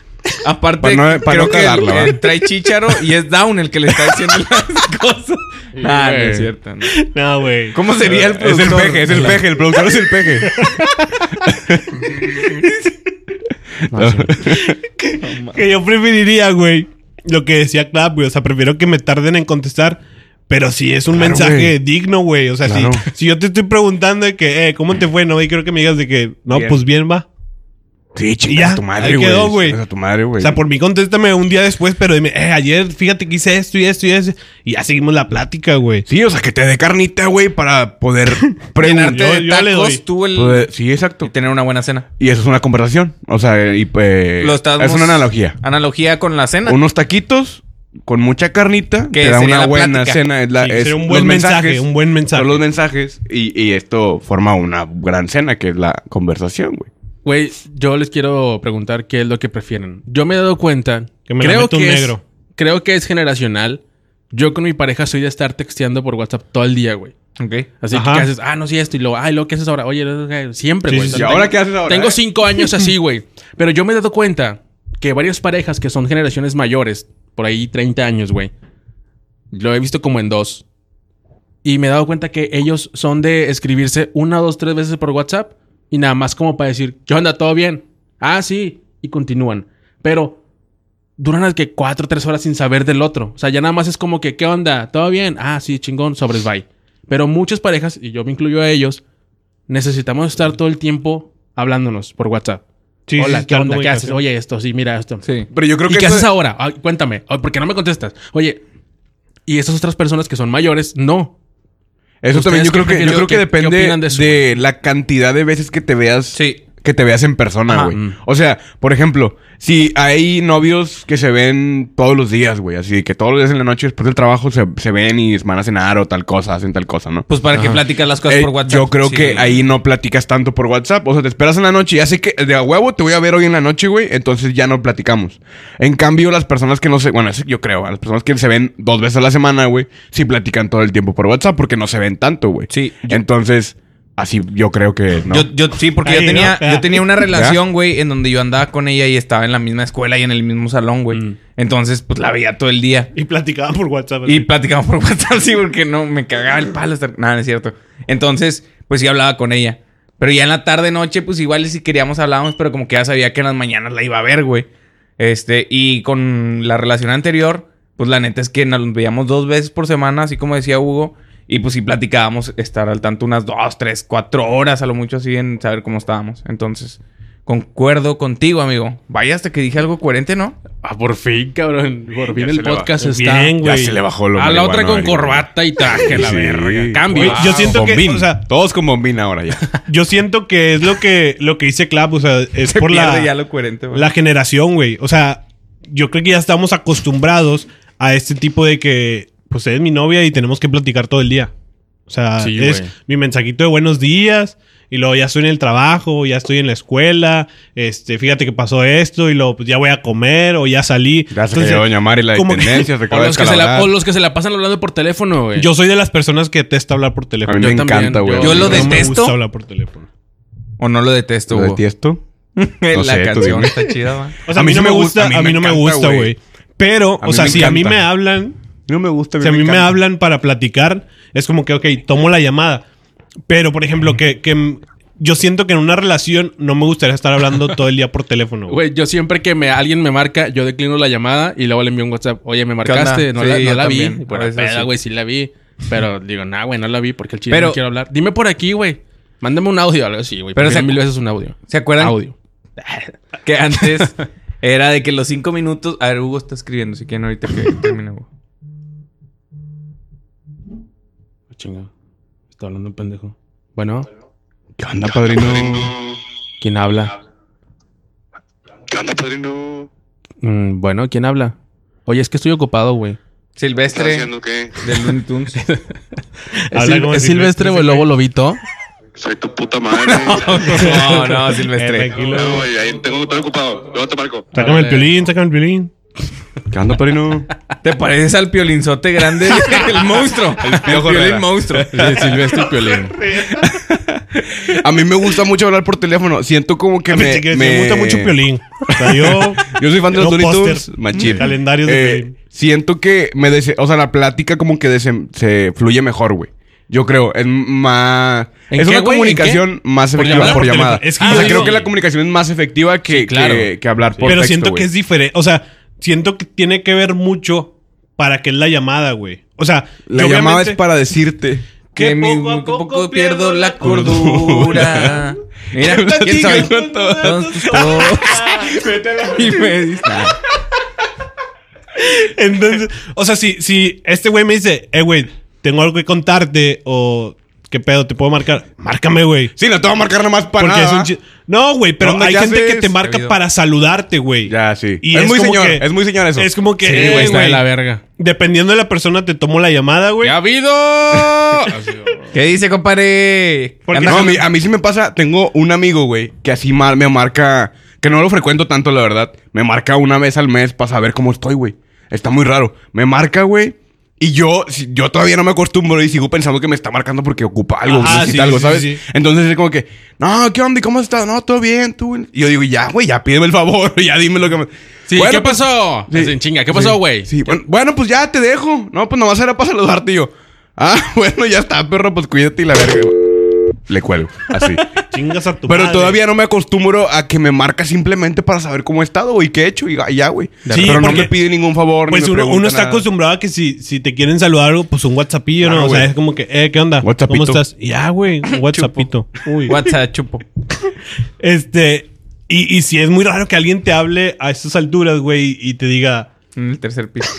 S3: Aparte,
S1: Pa' no- pa'
S3: creo
S1: no
S3: que el-
S1: cagarla, ¿va?
S3: eh, trae chicharo y es Down el que le está diciendo las cosas. ah, no
S4: güey.
S3: es cierto. no.
S2: No, güey.
S3: ¿Cómo sería el
S1: Es
S3: productor?
S1: el peje, es el peje, el productor es el peje.
S2: Que yo preferiría, güey. Lo que decía Clap, güey. O sea, prefiero que me tarden en contestar. Pero si es un
S1: Claro,
S2: mensaje
S1: güey.
S2: digno, güey. O sea, si-
S1: Claro.
S2: si, yo te estoy preguntando de que, eh, ¿cómo te fue? No, y creo que me digas de que, no,
S3: Bien.
S2: pues bien, va.
S1: Sí,
S2: Y
S1: chingas
S2: ya,
S1: a tu madre,
S2: ahí
S1: güey.
S2: quedó, güey.
S1: Chingas a tu madre,
S2: O
S1: güey.
S2: sea, por mí contéstame un día después, pero dime, eh, ayer fíjate que hice esto y esto y esto. Y ya seguimos la plática, güey.
S1: Sí, o sea, que te dé carnita, güey, para poder preguntar.
S3: Llenarte
S2: Yo-
S3: de
S2: yo le doy.
S3: tacos, tú el...
S1: Poder- Sí,
S3: Y
S1: exacto.
S3: tener una buena cena.
S1: Y eso es una conversación. O sea, y, eh,
S3: Lo estábamos-
S1: es una analogía.
S3: Analogía con la cena.
S1: Unos taquitos con mucha carnita
S3: Que
S1: te da
S3: sería
S1: una
S3: la
S1: buena
S3: plática.
S1: cena. Es la-
S2: Sí,
S1: es
S2: sería un
S1: los
S2: buen mensaje,
S1: mensajes,
S2: un buen mensaje.
S1: Son los mensajes y, y esto forma una gran cena que es la conversación, güey.
S4: Güey, yo les quiero preguntar qué es lo que prefieren. Yo me he dado cuenta.
S2: Que me la meta un
S4: es-
S2: negro.
S4: creo que es generacional. Yo con mi pareja soy de estar texteando por WhatsApp todo el día, güey.
S3: Ok.
S4: Así
S2: Ajá.
S4: que ¿qué haces, ah, no, sí, esto. Y luego, ay, luego, ¿qué haces ahora? Oye, lo- lo- siempre,
S2: Sí,
S4: güey.
S2: sí,
S4: O
S1: ¿Y
S4: sea,
S1: ahora qué haces ahora?
S4: Tengo
S1: eh?
S4: cinco años así, güey. Pero yo me he dado cuenta que varias parejas que son generaciones mayores, por ahí 30 años, güey, lo he visto como en dos. Y me he dado cuenta que ellos son de escribirse una, dos, tres veces por WhatsApp y nada más como para decir, ¿qué onda? ¿Todo bien? Ah, sí. Y continúan. Pero duran las que cuatro, tres horas sin saber del otro. O sea, ya nada más es como que, ¿qué onda? ¿Todo bien? Ah, sí, chingón, sobres, bye. Pero muchas parejas, y yo me incluyo a ellos, necesitamos estar todo el tiempo hablándonos por WhatsApp.
S2: Sí, sí,
S4: Hola,
S2: sí,
S4: ¿qué
S2: la
S4: onda? ¿Qué haces?
S2: comunicación.
S4: Oye, esto, sí, mira esto.
S3: Sí.
S1: Pero yo creo
S4: ¿Y
S1: que
S4: qué
S1: esto-
S4: haces ahora? Ay, cuéntame. Ay, ¿Por qué no me contestas? Oye, y esas otras personas que son mayores, no.
S1: Eso
S4: ¿Ustedes
S1: también yo
S4: qué
S1: creo que, yo
S4: prefieren?
S1: creo que
S4: ¿Qué- qué
S1: depende
S4: opinan de eso,
S1: de la cantidad de veces que te veas.
S3: Sí.
S1: Que te veas en persona,
S4: Ajá.
S1: güey.
S4: Mm.
S1: O sea, por ejemplo, si hay novios que se ven todos los días, güey. Así que todos los días en la noche después del trabajo se, se ven y van a cenar o tal cosa, hacen tal cosa, ¿no?
S3: Pues para que platicas las cosas
S1: Eh,
S3: por WhatsApp.
S1: Yo creo
S3: Sí.
S1: que ahí no platicas tanto por WhatsApp. O sea, te esperas en la noche y ya sé que de a huevo te voy a ver hoy en la noche, güey. Entonces ya no platicamos. En cambio, las personas que no se. Bueno, eso yo creo. Las personas que se ven dos veces a la semana, güey, sí platican todo el tiempo por WhatsApp porque no se ven tanto, güey.
S3: Sí, yo-
S1: Entonces, así yo creo que no.
S3: Yo, yo- sí, porque
S2: Ahí,
S3: yo, tenía,
S2: ¿no?
S3: yo tenía una relación, güey, en donde yo andaba con ella y estaba en la misma escuela y en el mismo salón, güey.
S4: Mm.
S3: Entonces, pues la veía todo el día.
S2: Y platicaban por WhatsApp.
S3: Y
S2: así.
S3: platicamos por WhatsApp, sí, porque no, me cagaba el palo estar... Nada, no es cierto. Entonces, pues sí hablaba con ella. Pero ya en la tarde, noche, pues igual si queríamos hablábamos, pero como que ya sabía que en las mañanas la iba a ver, güey. Este, y con la relación anterior, pues la neta es que nos veíamos dos veces por semana, así como decía Hugo. Y pues sí platicábamos estar al tanto unas dos, tres, cuatro horas, a lo mucho así, en saber cómo estábamos. Entonces, concuerdo contigo, amigo. Vaya hasta que dije algo coherente, ¿no?
S4: Ah, por fin, cabrón. Por fin
S1: Ya
S4: el
S1: se le va.
S4: podcast está.
S2: Bien,
S1: ya
S2: güey.
S1: se le bajó lo
S4: A la otra
S1: marihuana, güey.
S4: con corbata y traje, la
S1: Sí.
S4: verga. Cambio.
S2: Güey, yo siento que,
S1: Bombín.
S2: o sea,
S1: Todos con bombín ahora ya.
S2: Yo siento que es lo que, lo que dice Clap, o sea, es
S3: Se
S2: por la,
S3: pierde ya lo coherente, güey.
S2: la generación, güey. O sea, yo creo que ya estamos acostumbrados a este tipo de que, pues eres mi novia y tenemos que platicar todo el día. O sea,
S4: Sí,
S2: es
S4: güey.
S2: mi mensajito de buenos días y luego ya estoy en el trabajo, ya estoy en la escuela, este, fíjate que pasó esto y luego pues, ya voy a comer o ya salí.
S1: Ya se
S2: Entonces,
S1: cayó Doña Mari la de
S2: como que-
S1: tendencias. se
S4: O
S1: acaba de
S4: los, que se la,
S1: descalabrar.
S4: o los que se la pasan hablando por teléfono, güey.
S2: yo soy de las personas que detesta hablar por
S1: A mí
S2: teléfono.
S1: me
S4: yo también,
S1: encanta, güey.
S4: yo- Yo
S3: lo
S2: No me
S3: detesto.
S2: gusta hablar por teléfono.
S3: ¿O no lo detesto,
S1: ¿Lo
S3: Hugo?
S1: detiesto? No
S3: la
S1: sé, tú
S3: canción
S1: dime.
S3: está chida, va.
S2: O sea, a mí, no me gusta, a mí, no me
S1: encanta,
S2: gusta,
S1: güey.
S2: güey. Pero,
S1: A
S2: o
S1: mí
S2: sea,
S1: me
S2: si a mí
S1: encanta.
S2: me hablan,
S1: No me gusta.
S2: si a mí me
S1: encanta.
S2: hablan para platicar, es como que, ok, tomo la llamada. Pero, por ejemplo, que, que m- yo siento que en una relación no me gustaría estar hablando todo el día por teléfono. güey.
S4: Güey, yo siempre que me, alguien me marca, yo declino la llamada y luego le envío un WhatsApp. Oye, me marcaste,
S3: onda?
S4: no
S3: Sí,
S4: la, no
S3: yo
S4: la vi.
S3: también.
S4: Y por
S3: A
S4: la
S3: veces
S4: peda,
S3: sí.
S4: güey, sí la vi. Pero digo, nah, güey, no la vi porque el chile
S3: Pero-
S4: no quiero hablar. Dime por aquí, güey. Mándame un audio, algo así, güey.
S3: Pero
S4: Pero
S3: se-
S4: mil veces un audio.
S3: ¿Se acuerdan?
S4: Audio.
S3: Que antes era de que los cinco minutos. A ver, Hugo está escribiendo, si quieren ahorita que termine Hugo. Ah,
S4: Chinga. Está hablando un pendejo. Bueno,
S1: ¿Qué onda, padrino?
S4: ¿quién habla?
S5: ¿Qué onda, padrino?
S4: Mm, bueno, ¿quién habla? Oye, es que estoy ocupado, güey.
S5: ¿Qué
S3: Silvestre
S5: haciendo qué?
S3: del Looney Tunes.
S4: ¿Es,
S2: Habla
S4: Sil-
S2: como
S4: es
S2: si
S4: Silvestre o el lobo lobito?
S5: Soy tu puta madre.
S3: No, no,
S2: Eh,
S3: Silvestre.
S2: tranquilo.
S5: No, güey, ahí tengo que estar ocupado. Luego te marco.
S2: Sácame el piolín, sácame el piolín.
S1: ¿Qué onda, padrino?
S3: ¿Te pareces al piolinzote grande? El monstruo. El piolín monstruo.
S4: Sí, Silvestre y Piolín.
S1: A mí me gusta mucho hablar por teléfono. Siento como que
S2: Me,
S1: me...
S2: me, gusta mucho piolín. O sea, yo.
S1: Yo soy fan de
S2: Tengo
S1: los Looney
S2: pósters.
S1: Tunes. Machín.
S2: Calendarios de
S1: Eh,
S2: Piolín.
S1: Siento que me... dese- O sea, la plática como que dese- se fluye mejor, güey. Yo creo. Es más...
S4: ¿En
S1: Es
S4: qué,
S1: una
S4: güey? ¿En
S1: comunicación más efectiva
S4: llamada?
S1: por
S2: Por
S1: llamada.
S2: teléfono. Es que
S1: o
S2: yo
S1: sea,
S2: digo-
S1: creo que la comunicación es más efectiva que,
S4: claro.
S1: que, que hablar por
S2: Pero
S1: texto,
S2: siento que
S1: güey.
S2: es diferente. O sea, siento que tiene que ver mucho para que es la llamada, güey. O sea,
S1: La
S2: yo
S1: llamada
S2: obviamente-
S1: es para decirte...
S2: Que
S3: Que mi-
S2: poco a
S3: que poco,
S2: poco
S3: pierdo
S2: pierdo
S3: la
S2: la
S3: cordura. Mira, quién sabe.
S1: con
S3: Todos tus
S4: Ah,
S3: ojos. Y me dice,
S2: "Ah". Entonces, o sea, si, si este güey me dice, eh, güey, tengo algo que contarte o qué pedo, te puedo marcar, márcame, güey.
S1: Sí, no te va a marcar nomás para
S2: Porque
S1: nada.
S2: es un chi- No, güey, pero
S1: ¿Dónde?
S2: hay
S1: ¿Qué
S2: gente
S1: haces?
S2: que te marca
S3: Sabido.
S2: para saludarte, güey.
S1: Ya, sí.
S2: Y
S1: es, muy
S2: como
S1: señor,
S2: que-
S1: es muy señor eso.
S2: Es como que,
S4: Sí,
S2: eh,
S4: güey, está de
S2: güey,
S4: la verga.
S2: dependiendo de la persona, te tomo la llamada, güey.
S4: ¿Qué ha habido?
S3: ¿Qué dice, compadre?
S2: Porque-
S3: Anda
S1: No, a
S3: con-
S1: mí, a mí sí me pasa. Tengo un amigo, güey, que así mal me marca. Que no lo frecuento tanto, la verdad. Me marca una vez al mes para saber cómo estoy, güey. Está muy raro. Me marca, güey. Y yo, si- yo todavía no me acostumbro y sigo pensando que me está marcando porque ocupa algo,
S2: Ah,
S1: necesita
S2: sí,
S1: algo,
S2: sí,
S1: ¿sabes?
S2: sí, sí.
S1: Entonces es como que, no, ¿qué onda? ¿Y ¿Cómo estás? No, todo bien, tú. güey?" Y yo digo, ya, güey, ya pídeme el favor, ya dime lo que me.
S4: Sí,
S1: Bueno,
S4: ¿qué
S1: pues,
S4: pasó?
S1: Sí.
S4: Así en chinga, ¿qué pasó,
S1: Sí,
S4: güey?
S1: Sí, bueno, bueno, pues ya te dejo. No, pues nomás era para saludarte y yo. Ah, bueno, ya está, perro, pues cuídate y la verga. Le cuelgo, así.
S2: Chingas a tu
S1: Pero
S2: madre.
S1: todavía no me acostumbro a que me marca simplemente para saber cómo he estado y qué he hecho y ya, ya, güey.
S2: Sí,
S1: Pero no
S2: porque-
S1: me pide ningún favor.
S2: Pues
S1: ni me
S2: uno,
S1: pregunta
S2: uno está
S1: nada.
S2: acostumbrado a que si, si te quieren saludar algo, pues un WhatsAppillo,
S1: Claro,
S2: ¿no? O sea,
S1: güey.
S2: es como que, eh, ¿qué onda?
S1: WhatsAppito.
S2: ¿Cómo estás? Y Ya, güey, un WhatsAppito. Uy.
S3: WhatsApp, chupo.
S2: Este, y, y si es muy raro que alguien te hable a estas alturas, güey, y te diga.
S3: En el tercer piso.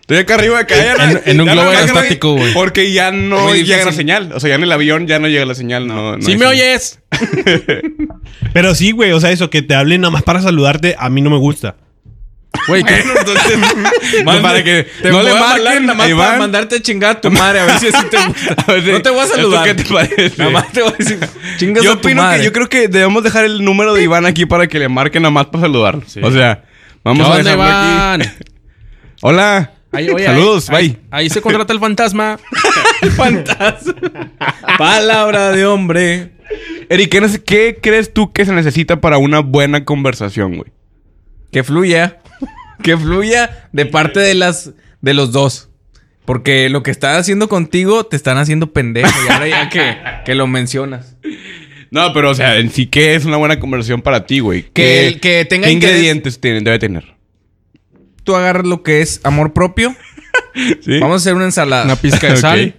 S1: Estoy acá arriba de calle.
S4: En- en un
S1: Ya
S4: globo
S1: no me marcan
S4: aerostático,
S1: ahí,
S4: güey.
S1: Porque ya no
S3: Muy
S1: llega la
S3: difícil.
S1: señal. O sea, ya en el avión ya no llega la señal. No, no
S4: ¿Sí
S1: hay
S4: me
S1: señal.
S4: oyes?
S2: Pero sí, güey, o sea, eso, que te hablen nada más para saludarte, a mí no me gusta.
S4: Güey, ¿qué?
S1: Manda- para que
S3: Te
S1: no
S3: voy
S1: le
S3: a marcar
S1: marquen
S3: nada más
S1: Iván.
S3: para mandarte a chingar a tu madre. A ver si así te gusta.
S1: A ver,
S3: no te voy a
S1: ¿esto
S3: saludar.
S1: qué te parece?
S3: Nada más te voy a decir. Chingas
S1: yo
S3: a tu
S1: opino
S3: madre.
S1: que yo creo que debemos dejar el número de Iván aquí para que le marquen nada más para saludarlo. O sea, vamos a
S4: ¿Dónde
S1: dejarlo aquí.
S4: van?
S1: Hola.
S4: Ahí, oye,
S1: Saludos,
S4: ahí,
S1: bye.
S4: Ahí, ahí se contrata el fantasma.
S3: Palabra de hombre.
S1: Eric, ¿qué nece- ¿qué crees tú que se necesita para una buena conversación, güey?
S3: Que fluya. Que fluya de parte de las de los dos. Porque lo que están haciendo contigo te están haciendo pendejo. Y ahora ya que, que lo mencionas.
S1: No, pero o sea, en sí, ¿qué es una buena conversación para ti, güey?
S3: Que
S1: ¿Qué-
S3: el- que tenga
S1: ¿Qué
S3: interés-
S1: ingredientes tiene- debe tener?
S3: Tú agarras lo que es amor propio.
S1: ¿Sí?
S3: Vamos a hacer una ensalada.
S4: Una pizca de
S1: Ok.
S4: sal.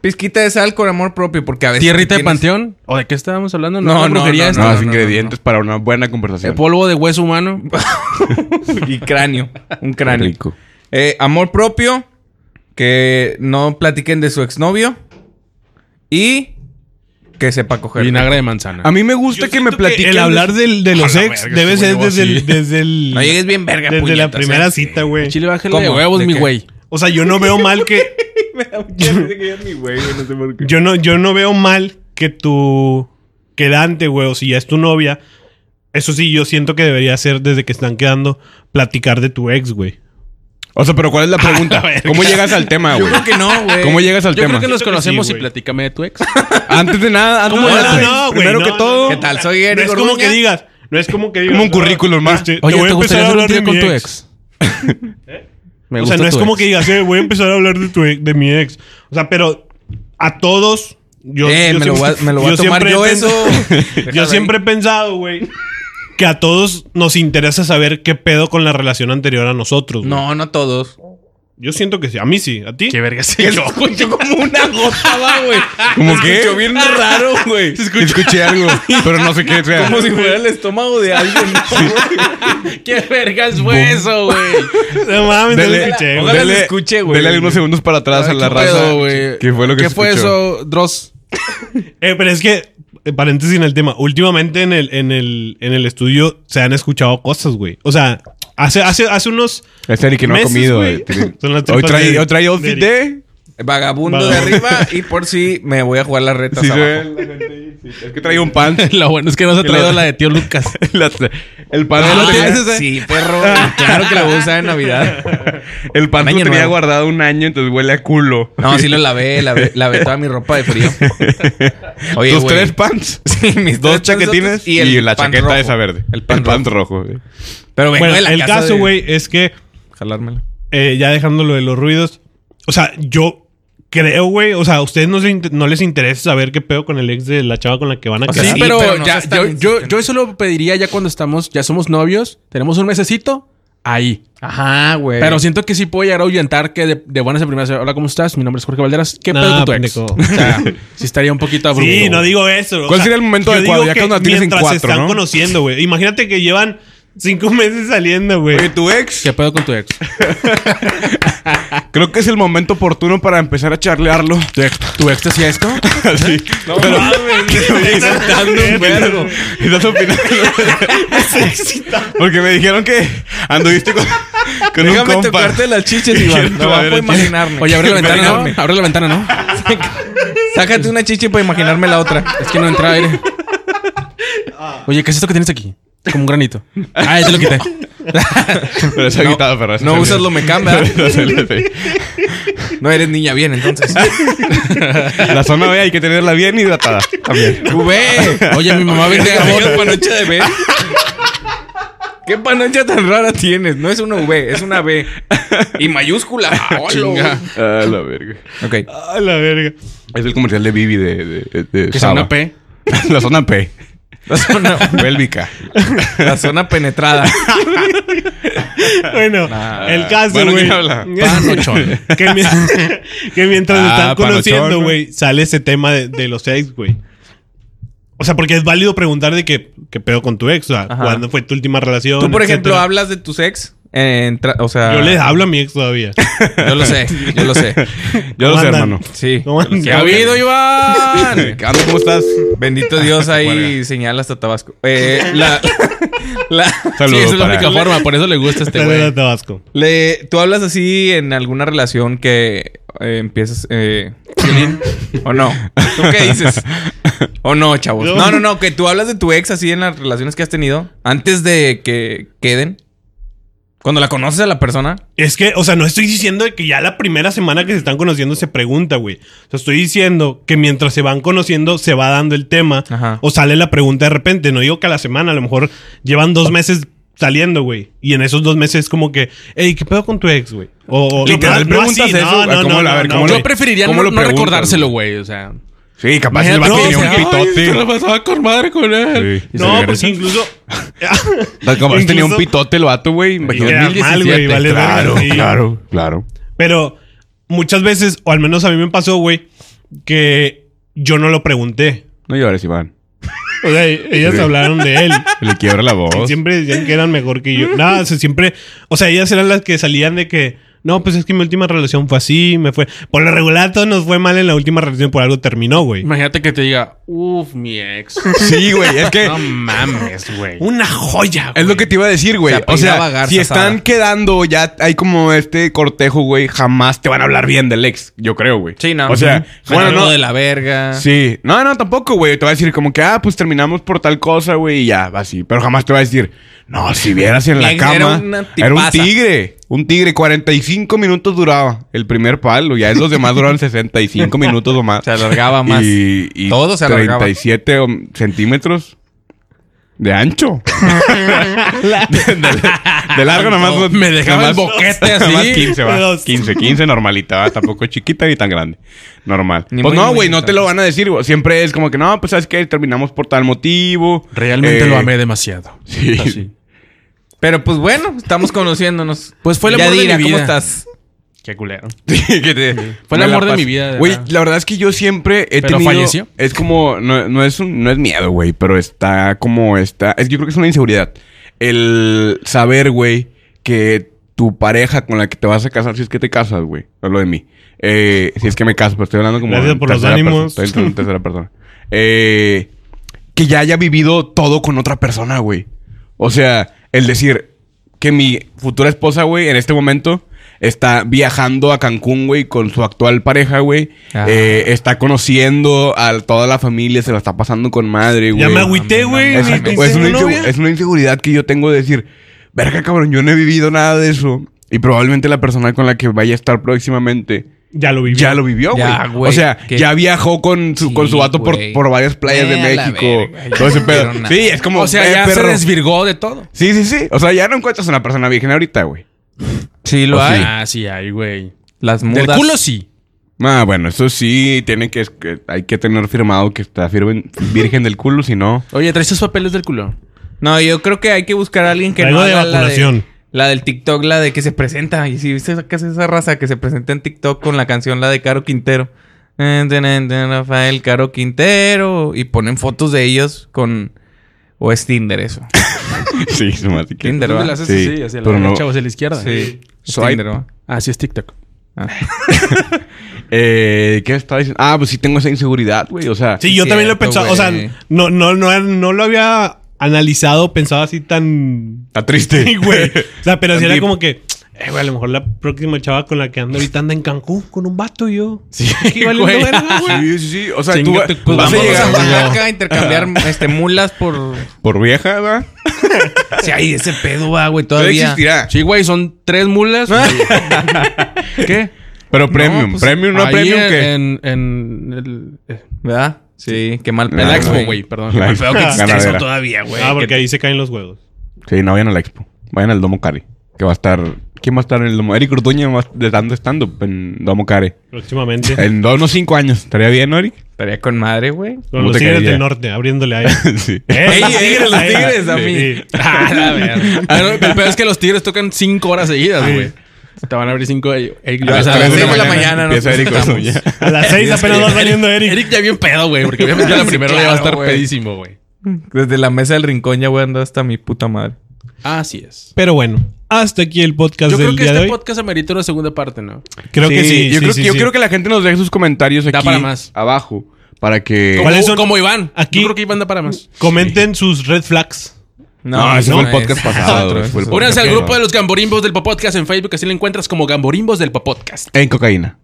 S3: pizquita de sal con amor propio. Porque a veces.
S4: Tierrita de
S3: tienes-
S4: panteón. ¿O de qué estábamos hablando?
S3: No, no,
S4: la brujería
S3: no,
S4: esta.
S1: No,
S3: no,
S1: los
S3: no,
S1: ingredientes para una buena
S4: El
S1: conversación.
S4: polvo de hueso humano.
S3: y cráneo. Un cráneo.
S1: Rico.
S3: Eh, amor propio. Que no platiquen de su exnovio. Y que sepa coger.
S4: Vinagre de manzana.
S1: A mí me gusta que me platiquen.
S2: El hablar del- de los
S4: A la
S2: ex
S4: verga,
S2: debe
S4: este
S2: ser
S4: güey
S2: desde
S4: llegó
S2: el,
S4: así.
S2: desde el-
S3: No llegues bien verga, ¿eh?
S2: Desde la
S3: puñeta, o sea,
S2: primera cita, güey.
S4: Chile, bájale de
S3: ¿Cómo?
S4: huevos,
S3: ¿De
S4: mi
S3: qué?
S4: güey.
S2: O sea, yo no veo mal que. Yo no, yo no veo mal que tu quedante, güey, o si ya es tu novia. Eso sí, yo siento que debería ser desde que están quedando platicar de tu ex, güey.
S1: O sea, pero ¿cuál es la pregunta? ¿Cómo llegas al tema,
S3: Yo
S1: güey?
S3: creo que no, güey.
S1: ¿Cómo llegas al
S4: Yo
S1: tema?
S4: creo que
S2: Siento
S4: nos
S2: que
S4: conocemos
S2: sí,
S4: y
S2: güey.
S4: platícame de tu ex.
S1: Antes de nada, antes
S2: ¿Cómo
S1: de
S2: era?
S1: nada,
S2: No, güey,
S1: primero
S2: no,
S1: que
S2: no,
S1: todo,
S2: no.
S3: ¿Qué tal? Soy
S2: No
S3: Eric
S2: es como
S3: Orduña.
S2: que digas. No es como que digas.
S1: Como un
S2: "Ah,
S1: currículum, ma.
S2: este,
S4: Oye,
S2: voy a empezar
S4: ¿te gustaría
S2: a
S4: hacer un
S2: hablar
S4: trío
S2: de
S4: con
S2: mi
S4: tu
S2: ex".
S4: ex? Me
S2: o sea,
S4: gusta
S2: no es
S4: tu
S2: como
S4: ex.
S2: que digas, eh, voy a empezar a hablar de tu ex- de mi ex. O sea, pero a todos Yo,
S3: eh,
S2: yo
S3: me, lo voy a,
S2: siempre-
S3: me lo voy a tomar
S2: siempre he
S3: yo
S2: pen-
S3: eso.
S2: Yo
S3: Déjalo
S2: siempre
S3: ahí.
S2: he pensado, güey, que a todos nos interesa saber qué pedo con la relación anterior a nosotros. güey.
S3: No, no todos.
S2: Yo siento que sí. A mí sí. ¿A ti?
S4: Qué verga se yo.
S3: Escucho como una gota, va, güey.
S1: ¿Cómo
S3: Se
S1: qué?
S3: Escuchó bien raro, güey.
S1: Escuché algo, pero no sé qué sea.
S3: Como si fuera el estómago de alguien.
S4: ¿Qué vergas fue eso, güey?
S2: No mames, no lo
S1: Dele,
S2: escuché, güey.
S3: Ojalá lo escuche, güey.
S1: Dele algunos segundos para atrás a la
S4: ¿Qué
S1: raza.
S4: pedo, güey?
S1: ¿Qué fue lo que
S4: ¿Qué
S1: se
S4: fue
S1: escuchó?
S4: eso, Dross?
S2: Eh, pero es que, eh, paréntesis en el tema, últimamente en el, en el, en el estudio se han escuchado cosas, güey. O sea, hace, hace, hace unos...
S1: Es Eric que no
S2: meses,
S1: ha comido.
S2: güey.
S1: eh, tiene-
S2: Son las
S1: Hoy
S2: tripas
S1: trae,
S2: de-
S1: hoy trae outfit
S2: de
S1: de...
S3: Vagabundo de
S2: Vagabundo.
S3: arriba y por si me voy a jugar las retas
S1: Sí, se
S3: abajo.
S1: ve la gente ahí, sí. Es que trae un pan.
S4: Lo bueno es que nos ha traído la de tío Lucas.
S1: La- el pan
S4: Ah,
S1: lo tenía-
S4: ese es-
S3: sí, perro. Claro que la voy a usar en Navidad.
S1: el pan lo
S3: Año
S1: tenía
S3: nuevo.
S1: guardado un año, entonces huele a culo.
S3: No, sí lo lavé, lavé, lavé toda mi ropa de frío. Oye,
S1: Tus
S3: güey.
S1: tres pants.
S3: Sí, mis
S1: Dos
S3: tres pesos
S1: chaquetines y,
S3: el
S1: la
S3: pan
S1: chaqueta
S3: rojo.
S1: esa verde.
S3: El pan, rojo.
S1: rojo. güey.
S3: Pero vengo
S2: Bueno,
S3: de la
S2: el
S3: casa
S2: caso,
S3: de-
S2: güey, es que,
S3: Jalármela.
S2: eh, ya dejándolo de los ruidos, o sea, yo creo, güey, o sea, a ustedes no, se inter- no les interesa saber qué pedo con el ex de la chava con la que
S1: Ah,
S2: van a
S3: O sea,
S2: casar.
S3: sí,
S4: Sí, pero,
S3: pero no
S4: ya,
S3: seas tan
S4: yo, yo,
S3: insistente.
S4: yo eso lo pediría ya cuando estamos, ya somos novios, tenemos un mesecito, ahí.
S3: Ajá, güey.
S4: Pero siento que sí puedo llegar a ahuyentar que de, de buenas a primeras, hola, ¿cómo estás? Mi nombre es Jorge Valderas. ¿Qué
S2: Nah,
S4: pedo con tu ex?
S2: pendejo.
S4: O sea, sí estaría un poquito abrupto.
S2: Sí, no digo eso. o
S1: ¿Cuál
S2: sea,
S1: sería el momento
S2: yo
S1: adecuado?
S2: digo
S1: Ya
S2: que
S1: cuando la tienes en
S2: mientras
S1: cuatro,
S2: se están
S1: ¿no?
S2: conociendo, güey. Imagínate que llevan cinco meses saliendo, güey.
S1: Oye, tu ex,
S4: ¿Qué pedo con tu ex?
S1: creo que es el momento oportuno para empezar a charlearlo.
S4: ¿Tu ex, tu ex te hacía esto?
S1: Así. No, pero,
S3: Dando un vergo.
S1: ¿Y estás opinando? Porque me dijeron que anduviste con, con un
S3: Déjame
S1: compa.
S3: tocarte las chiches,
S1: Quiero
S3: Iván. No
S1: saber,
S3: puedo
S1: chiche.
S3: imaginarme.
S4: Oye, abre la ventana,
S3: Imaginarme.
S4: ¿no? Abre la ventana, ¿no?
S3: Sácate una chiche para imaginarme la otra.
S4: Es que no entra aire. Oye, ¿qué es esto que tienes aquí? Como un granito. Ah, ya te lo quité.
S1: Pero esa
S3: No,
S1: guitarra, perra, esa
S3: no
S1: es
S3: usas
S1: el-
S3: lo mecán, ¿verdad?
S1: Esa es el-
S3: No eres niña bien, entonces.
S1: La zona B hay que tenerla bien hidratada. También.
S3: ¡Güey!
S4: Oye, mi mamá vende
S3: ¿Qué
S4: amor.
S3: panocha de B? ¿Qué panocha tan rara tienes? No es una V, es una B. Y mayúscula. ¡Hola!
S4: Chinga.
S1: Ah, la verga.
S3: Ok.
S2: A la verga.
S1: Es el comercial de Vivi de. de, de
S4: Que sea
S1: Saba.
S4: una P.
S1: la zona P.
S3: La zona,
S1: Bélvica.
S3: la zona penetrada.
S2: Bueno, el caso,
S1: Bueno,
S2: güey.
S1: ¿quién habla?
S4: Panochón.
S2: que, mi- que mientras se
S1: Ah,
S2: están
S1: panochón,
S2: conociendo,
S1: ¿no?
S2: güey, sale ese tema de, de los ex, güey. O sea, porque es válido preguntar de qué, qué pedo con tu ex. O sea,
S3: Ajá.
S2: ¿cuándo fue tu última relación?
S3: Tú, por ejemplo,
S2: etcétera?
S3: hablas de tus ex. en tra- o sea,
S2: Yo le hablo a mi ex todavía.
S3: yo lo sé, yo lo sé.
S1: Yo lo
S2: ¿Cómo
S1: sé,
S2: andan?
S1: hermano.
S3: Sí.
S2: No, no,
S3: ¿Qué ha habido, Iván?
S1: ¿Qué onda? ¿Cómo estás?
S3: Bendito Dios, ahí señala hasta Tabasco. Eh, la, la-
S4: Sí,
S1: Saludos.
S4: esa es la
S1: para-
S4: única forma, por eso le gusta a este
S2: Saludos
S4: güey.
S2: a Tabasco.
S3: le- tú hablas así en alguna relación que eh, empiezas. eh, ¿O no? ¿Tú qué dices? ¿O no, chavos? No, no, no, que tú hablas de tu ex así en las relaciones que has tenido antes de que queden. Cuando la conoces a la persona.
S2: Es que, o sea, no estoy diciendo de que ya la primera semana que se están conociendo se pregunta, güey. O sea, estoy diciendo que mientras se van conociendo se va dando el tema
S3: Ajá.
S2: o sale la pregunta de repente. No digo que a la semana, a lo mejor llevan dos meses saliendo, güey. Y en esos dos meses es como que, hey, ¿qué pedo con tu ex, güey? O, o-
S1: Literal,
S2: no, no
S1: preguntas
S2: así,
S1: eso,
S2: no,
S1: ¿a
S2: no,
S1: cómo
S2: no,
S1: la- a ver,
S2: no,
S1: cómo
S2: no,
S1: lo
S4: Yo
S2: güey.
S4: preferiría
S1: ¿Cómo
S4: no,
S1: lo
S4: no
S1: preguntas,
S4: recordárselo, güey. O sea.
S1: Sí, capaz el vato
S2: No,
S1: tenía
S2: o
S1: un
S2: sea,
S1: pitote.
S4: pasaba con madre con
S1: Sí. ¿Y se
S2: No,
S1: regresa?
S2: porque incluso.
S1: Capaz tenía un
S2: incluso-
S1: pitote el vato, güey.
S2: Y
S1: Imagínate.
S2: era mal, güey,
S4: 2017,
S2: vale verga,
S1: Pues Claro,
S2: sí.
S1: claro, claro.
S2: Pero muchas veces, o al menos a mí me pasó, güey, que yo no lo pregunté.
S1: No llores, Iván.
S2: O sea, ellas
S1: Sí.
S2: hablaron de él.
S1: Le quiebra la voz.
S2: Siempre decían que eran mejor que yo. Nada, o sea, siempre. O sea, ellas eran las que salían de que. No, pues es que mi última relación fue así, me fue. Por lo regular, todo nos fue mal en la última relación, por algo terminó, güey.
S4: Imagínate que te diga, uff, mi ex.
S1: Sí, güey. Es que
S4: No mames, güey.
S2: Una joya.
S1: Es lo que te iba a decir, güey.
S3: Se
S1: O
S3: apellidaba
S1: sea,
S3: Garza
S1: si están
S3: Sada.
S1: quedando ya hay como este cortejo, güey, jamás te van a hablar bien del ex, yo creo, güey.
S3: Sí, no.
S1: O sea,
S3: Ujú.
S1: bueno,
S3: Algo
S1: no.
S3: de la verga.
S1: Sí, no, no, tampoco, güey. Te va a decir como que, ah, pues terminamos por tal cosa, güey, y ya, va así. Pero jamás te va a decir, no, si vieras en
S3: Mi
S1: la
S3: ex era
S1: cama.
S3: una
S1: Era un
S3: tipaza.
S1: tigre, un tigre. 45 minutos duraba el primer palo, ya los demás duraron 65 minutos o más.
S3: Se alargaba más.
S1: Y, y
S3: Todo se alargaba.
S1: 37 centímetros. De ancho. de, de- de largo nomás. no-
S4: Me dejaba
S1: nomás-
S4: el boquete así.
S1: Nomás 15, va.
S2: De dos.
S1: 15, 15, normalita, va. Tampoco chiquita ni tan grande. Normal.
S3: Ni
S1: pues
S3: muy,
S1: no,
S3: muy
S1: güey, no
S3: chiquita.
S1: te lo van a decir, güey. Siempre es como que, no, pues sabes que terminamos por tal motivo.
S4: Realmente
S1: Eh,
S4: lo amé demasiado. Ah,
S1: Sí.
S4: Así.
S3: Pero pues bueno, estamos conociéndonos.
S4: Pues fue el amor de
S3: Yadira,
S4: mi vida.
S3: ¿cómo estás?
S4: Qué culero.
S1: Sí, que te-
S4: Fue el
S1: me
S4: amor de
S1: paso.
S4: mi vida, de
S1: Güey,
S4: verdad.
S1: la verdad es que yo siempre he
S4: ¿Pero
S1: tenido.
S4: falleció?
S1: Es como. No, no es un, no es miedo, güey, pero está como. Está, es, yo creo que es una inseguridad. El saber, güey, que tu pareja con la que te vas a casar, si es que te casas, güey. No lo de mí. Eh, si es que me caso, pero estoy hablando como.
S2: Gracias
S1: en
S2: por los
S1: tercera
S2: ánimos.
S1: persona, estoy en tercera persona. Eh, que ya haya vivido todo con otra persona, güey. O sea, el decir que mi futura esposa, güey, en este momento está viajando a Cancún, güey, con su actual pareja, güey.
S3: Ah.
S1: Eh, está conociendo a toda la familia, se la está pasando con madre, güey.
S2: Ya me agüité,
S3: no,
S2: güey.
S3: no,
S1: Exacto.
S2: ni- ni
S1: Es, una
S2: tengo
S1: insegu-
S2: novia.
S1: es una inseguridad que yo tengo de decir, verga, cabrón, yo no he vivido nada de eso. Y probablemente la persona con la que vaya a estar próximamente
S2: Ya lo viví.
S1: ya lo vivió,
S3: Ya,
S1: güey.
S3: güey,
S1: O sea,
S3: que-
S1: ya viajó con su, con su
S3: Sí,
S1: vato por,
S3: güey.
S1: por varias playas de
S3: Eh, a la
S1: México.
S3: verga, ya
S1: todo ese
S3: no
S1: pedo.
S3: quiero nada.
S1: Sí, es como.
S4: O sea,
S1: eh,
S4: ya se
S1: perro.
S4: desvirgó de todo.
S1: Sí, sí, sí. O sea, ya no encuentras una persona virgen ahorita, güey.
S3: Sí, lo
S1: O
S3: hay.
S1: sí.
S4: Ah, sí, ahí, güey.
S3: Las
S4: Del
S3: mudas.
S4: culo sí.
S1: Ah, bueno, eso sí, tiene que, que- hay que tener firmado que está firmen- virgen del culo, si no.
S4: Oye, traes tus papeles del culo.
S3: No, yo creo que hay que buscar a alguien que
S2: Algo
S3: no
S2: de
S3: haga la
S2: vacunación.
S3: La del TikTok, la de que se presenta. Y si viste sacas esa raza que se presenta en TikTok con la canción, la de Caro Quintero. Eh, ten, ten, ten, Rafael Caro Quintero. Y ponen fotos de ellos con. O es Tinder eso.
S1: Sí, su madre, que-
S3: Tinder,
S4: ¿Dónde
S3: ¿va?
S4: la haces así?
S1: Ah, Sí,
S4: Hacia la
S1: pero no-
S4: derecha o hacia la izquierda.
S3: Sí. Es
S1: Swipe.
S3: Tinder, ¿va?
S4: Ah, sí, es TikTok.
S3: Ah.
S1: Eh, ¿Qué estaba diciendo? Ah, pues sí tengo esa inseguridad, güey. O sea,
S2: Sí, yo
S3: Sí,
S2: también lo he
S3: cierto,
S2: pensado. O sea,
S3: güey.
S2: no, no, no, no lo había analizado, pensado así tan.
S1: está triste.
S2: Sí, güey. O sea, pero si era
S1: Deep.
S2: como que. Eh, güey, a lo mejor la próxima chava con la que ando ahorita anda en Cancún con un vato y yo.
S1: Sí,
S2: Aquí valiendo
S1: güey.
S2: verga,
S1: Sí, sí, sí. O sea, tú
S4: Chinga tu culo.
S1: vas a
S3: Vamos a
S1: llegar
S3: Oaxaca a intercambiar este, mulas por.
S1: por vieja, ¿verdad?
S3: Si hay ese pedo, va, güey,
S1: Todavía
S3: todavía.
S1: existirá.
S4: Sí, güey, son tres mulas. ¿Qué?
S1: Pero premium,
S4: pues,
S1: premium, no
S4: ahí
S1: premium
S4: en,
S1: que.
S4: En, en el, eh,
S3: ¿Verdad? Sí, qué mal
S1: Nah,
S4: en
S1: Ah,
S4: la expo,
S1: güey.
S4: güey, perdón.
S1: La
S4: Qué mal pedo que existe
S1: ganadera.
S4: eso todavía, güey.
S2: Ah, porque ahí se caen los huevos.
S1: Sí, no vayan a la expo. Vayan al Domo Care. Que va a estar. ¿Quién va a estar en el Domo? Eric Orduña va a estar dando stand-up en Domo Care.
S2: Próximamente.
S1: En dos, unos cinco años. ¿Estaría bien, ¿no, Eric?
S3: Estaría con madre, güey.
S2: Con
S1: ¿Cómo
S2: los
S1: te
S2: tigres
S1: caería?
S2: del norte, abriéndole ahí. Eh,
S1: sí.
S2: ¡Ey,
S3: los tigres, los tigres, a mí.
S2: Sí.
S4: Ah, la verga. Ah, no, pero es que los tigres tocan cinco horas seguidas, güey. Te van a abrir cinco. eh, eh,
S1: A las
S4: a
S1: Ah, tres
S4: las
S1: de la
S3: mañana
S1: mañana.
S3: nos
S1: Empieza Eric
S3: presentamos.
S1: Orduña.
S2: A las seis apenas vas valiendo, Eric.
S4: Eric ya bien pedo, güey, porque obviamente la primera
S3: Sí,
S4: ya va a
S3: claro,
S4: estar
S3: güey.
S4: pedísimo, güey.
S3: Desde la mesa del rincón ya voy a andar hasta mi puta madre.
S4: Así es.
S2: Pero bueno, hasta aquí el podcast
S4: Yo
S2: del
S4: creo que
S2: día
S4: este
S2: de hoy.
S4: podcast amerita una segunda parte, ¿no?
S2: Creo que sí.
S1: Yo,
S2: sí,
S1: creo,
S2: sí,
S1: yo
S2: sí.
S1: creo que la gente nos deje sus comentarios aquí
S4: Da para más.
S1: abajo. Para que.
S4: Como,
S2: ¿Cuáles son?
S4: como Iván.
S2: Aquí-
S4: Yo creo que Iván da para más.
S2: comenten sus red flags.
S1: No, ese
S3: no
S1: fue el
S3: es.
S1: podcast pasado. güey, ese fue el podcast
S4: Únanse al
S1: pasado.
S4: grupo de los Gamborimbos del Popodcast en Facebook, así lo encuentras como Gamborimbos del Popodcast.
S1: En cocaína.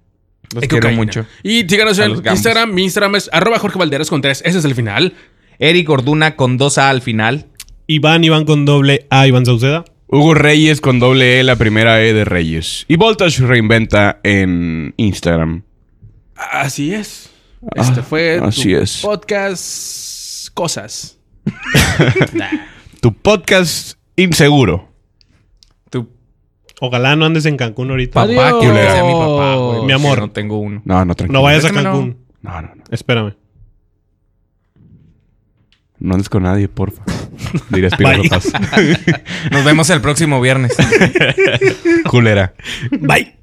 S3: Los
S4: En
S3: quiero
S4: cocaína.
S3: mucho.
S4: Y síganos
S3: A
S4: en
S3: los gambos.
S4: Instagram. Mi Instagram es arroba Jorge Valderas con tres. Ese es el final.
S3: Eric Orduna con dos A al final.
S2: Iván, Iván con doble A, Iván Sauceda.
S1: Hugo Reyes con doble E, la primera E de Reyes. Y Voltage reinventa en Instagram.
S4: Así es. Este
S1: Ah,
S4: fue
S1: así es.
S4: podcast cosas.
S1: Tu podcast inseguro.
S3: Tu
S2: Ojalá no andes en Cancún ahorita.
S4: Adiós.
S3: papá, que le decía a mi papá, güey.
S2: Mi amor.
S3: que No tengo uno.
S1: No, no, tranquilo.
S2: No vayas a
S3: Déjamelo.
S2: Cancún.
S1: No, no, no.
S2: Espérame.
S1: No andes con nadie, porfa. Dirías Pino
S2: Bye.
S1: Rojas.
S3: Nos vemos el próximo viernes.
S1: Culera.
S2: Bye.